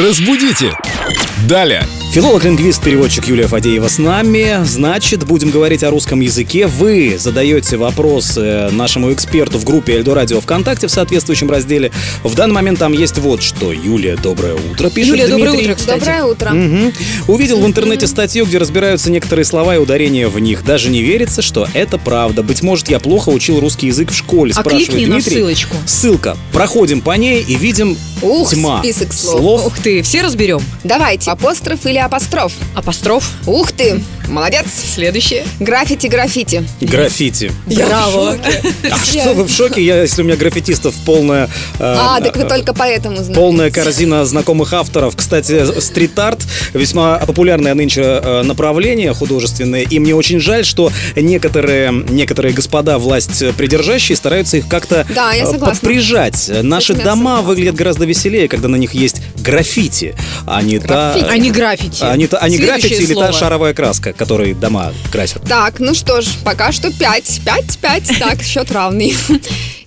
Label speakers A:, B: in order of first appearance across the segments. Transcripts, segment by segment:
A: Разбудите! Далее!
B: Филолог-лингвист-переводчик Юлия Фадеева с нами. Значит, будем говорить о русском языке. Вы задаете вопрос э, нашему эксперту в группе Эльдо Радио ВКонтакте в соответствующем разделе. В данный момент там есть вот что. Юлия, доброе утро, пишет
C: Юлия, доброе
B: Дмитрий.
C: утро, кстати.
D: Доброе утро.
B: Мгм. Увидел в интернете статью, где разбираются некоторые слова и ударения в них. Даже не верится, что это правда. Быть может, я плохо учил русский язык в школе,
C: А
B: спрашивает
C: кликни на
B: Дмитрий.
C: ссылочку.
B: Ссылка. Проходим по ней и видим
D: Ух,
B: тьма.
D: список слов.
C: Ух ты, все разберем.
D: Давайте. Апостроф или апостроф?
C: Апостроф.
D: Ух ты! Молодец!
C: Следующее.
D: Граффити-граффити.
B: граффити.
C: Браво.
B: А что вы в шоке? Я, если у меня граффитистов полная... э,
D: А, так вы
B: э,
D: только поэтому знаете.
B: Полная корзина знакомых авторов. Кстати, стрит-арт весьма популярное нынче э, направление художественное. И мне очень жаль, что некоторые, некоторые господа власть придержащие стараются их как-то
D: Да, я
B: э,
D: согласна.
B: подприжать. Наши
D: я
B: дома
D: согласна.
B: выглядят гораздо веселее, когда на них есть граффити, а не та...
C: А не граффити.
B: а не та- а не
C: Следующее
B: граффити или та
C: слово.
B: шаровая краска, которой дома красят.
D: Так, ну что ж, пока что 5. 5, 5. Так, счет равный.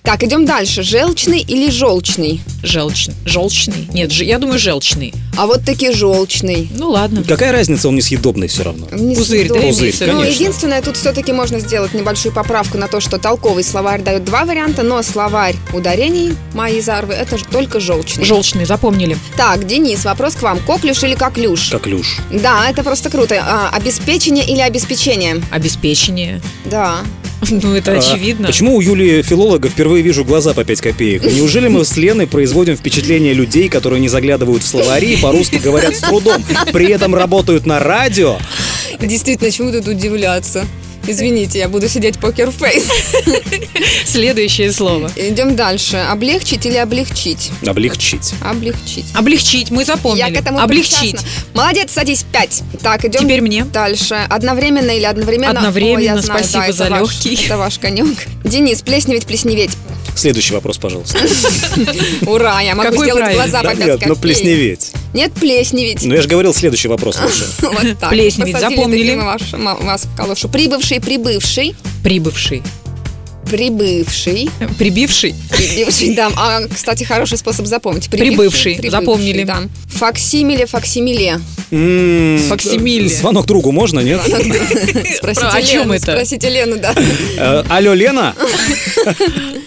D: Так, идем дальше. Желчный или желчный?
C: Желчный. Желчный? Нет, же- я думаю, желчный.
D: А вот таки желчный.
C: Ну ладно.
B: Какая разница, он несъедобный все равно.
D: Не
C: Пузырь, да,
D: съедобный.
B: Пузырь,
C: имеется в виду?
D: Ну,
B: конечно.
D: единственное, тут все-таки можно сделать небольшую поправку на то, что толковый словарь дает два варианта, но словарь ударений мои зарвы это ж только желчный.
C: Желчный, запомнили.
D: Так, Денис, вопрос к вам. Коклюш или коклюш?
B: Как люш.
D: Да, это просто круто. А, обеспечение или обеспечение?
C: Обеспечение.
D: Да.
C: Ну, это
B: А,
C: очевидно.
B: Почему у Юлии филолога впервые вижу глаза по 5 копеек? Неужели мы с Леной производим впечатление людей, которые не заглядывают в словари и по-русски говорят с трудом, при этом работают на радио?
D: Действительно, чему тут удивляться? Извините, я буду сидеть покерфейс.
C: Следующее слово.
D: Идем дальше. Облегчить или облегчить?
B: Облегчить.
D: Облегчить.
C: Облегчить, мы запомнили.
D: Я к этому
C: Облегчить.
D: причастна. Молодец, садись, пять. Так, идем
C: Теперь мне.
D: дальше. Одновременно или одновременно?
C: Одновременно,
D: О, я знаю,
C: спасибо
D: да, это
C: за
D: ваш-
C: легкий.
D: Это ваш конек. Денис, плесневеть, плесневеть.
B: Следующий вопрос, пожалуйста.
D: Ура, я могу
C: Какой
D: сделать
C: правильный?
D: глаза
B: Да
D: по пять
B: нет, ну
D: копеек.
B: плесневеть.
D: Нет, плесневеть.
B: Ну я же говорил следующий вопрос лучше.
D: Вот так.
C: Плесневедь,
D: Посадили
C: запомнили.
D: таким ваш- ма- вас в калошу. Прибывший, прибывший.
C: Прибывший.
D: Прибывший.
C: Прибивший.
D: Прибывший, да. А, кстати, хороший способ запомнить.
C: Прибывший, запомнили.
D: Да. Факсимиле, факсимиле.
B: М,
C: Факсимиле.
B: Звонок другу можно, нет?
D: Спросите
C: Э, Про- о чем
D: Лену,
C: это?
D: Спросите Лену, да.
B: Э, Алло, Лена,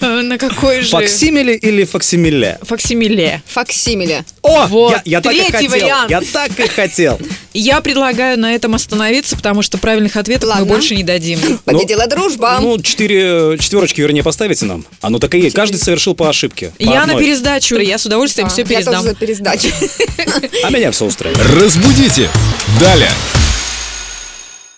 C: Э, На какой же...
B: факсимили или факсимиле?
C: Факсимиле.
D: Факсимиле.
B: О,
C: Вот,
B: я- я так и
C: третий
B: хотел.
C: вариант.
B: Я так и хотел.
C: Я предлагаю на этом остановиться, потому что правильных ответов мы
D: Ладно.
C: больше не дадим.
D: Победила дружба.
B: Ну, четыре, четверочки, вернее, поставите нам. Оно так и есть. Каждый совершил по ошибке. По
C: Я на
B: одной.
C: пересдачу, я с удовольствием
D: Да,
C: все
D: А, Я
C: пересдам.
D: тоже за пересдачу.
B: А меня все устраивает.
A: Разбудите! Далее!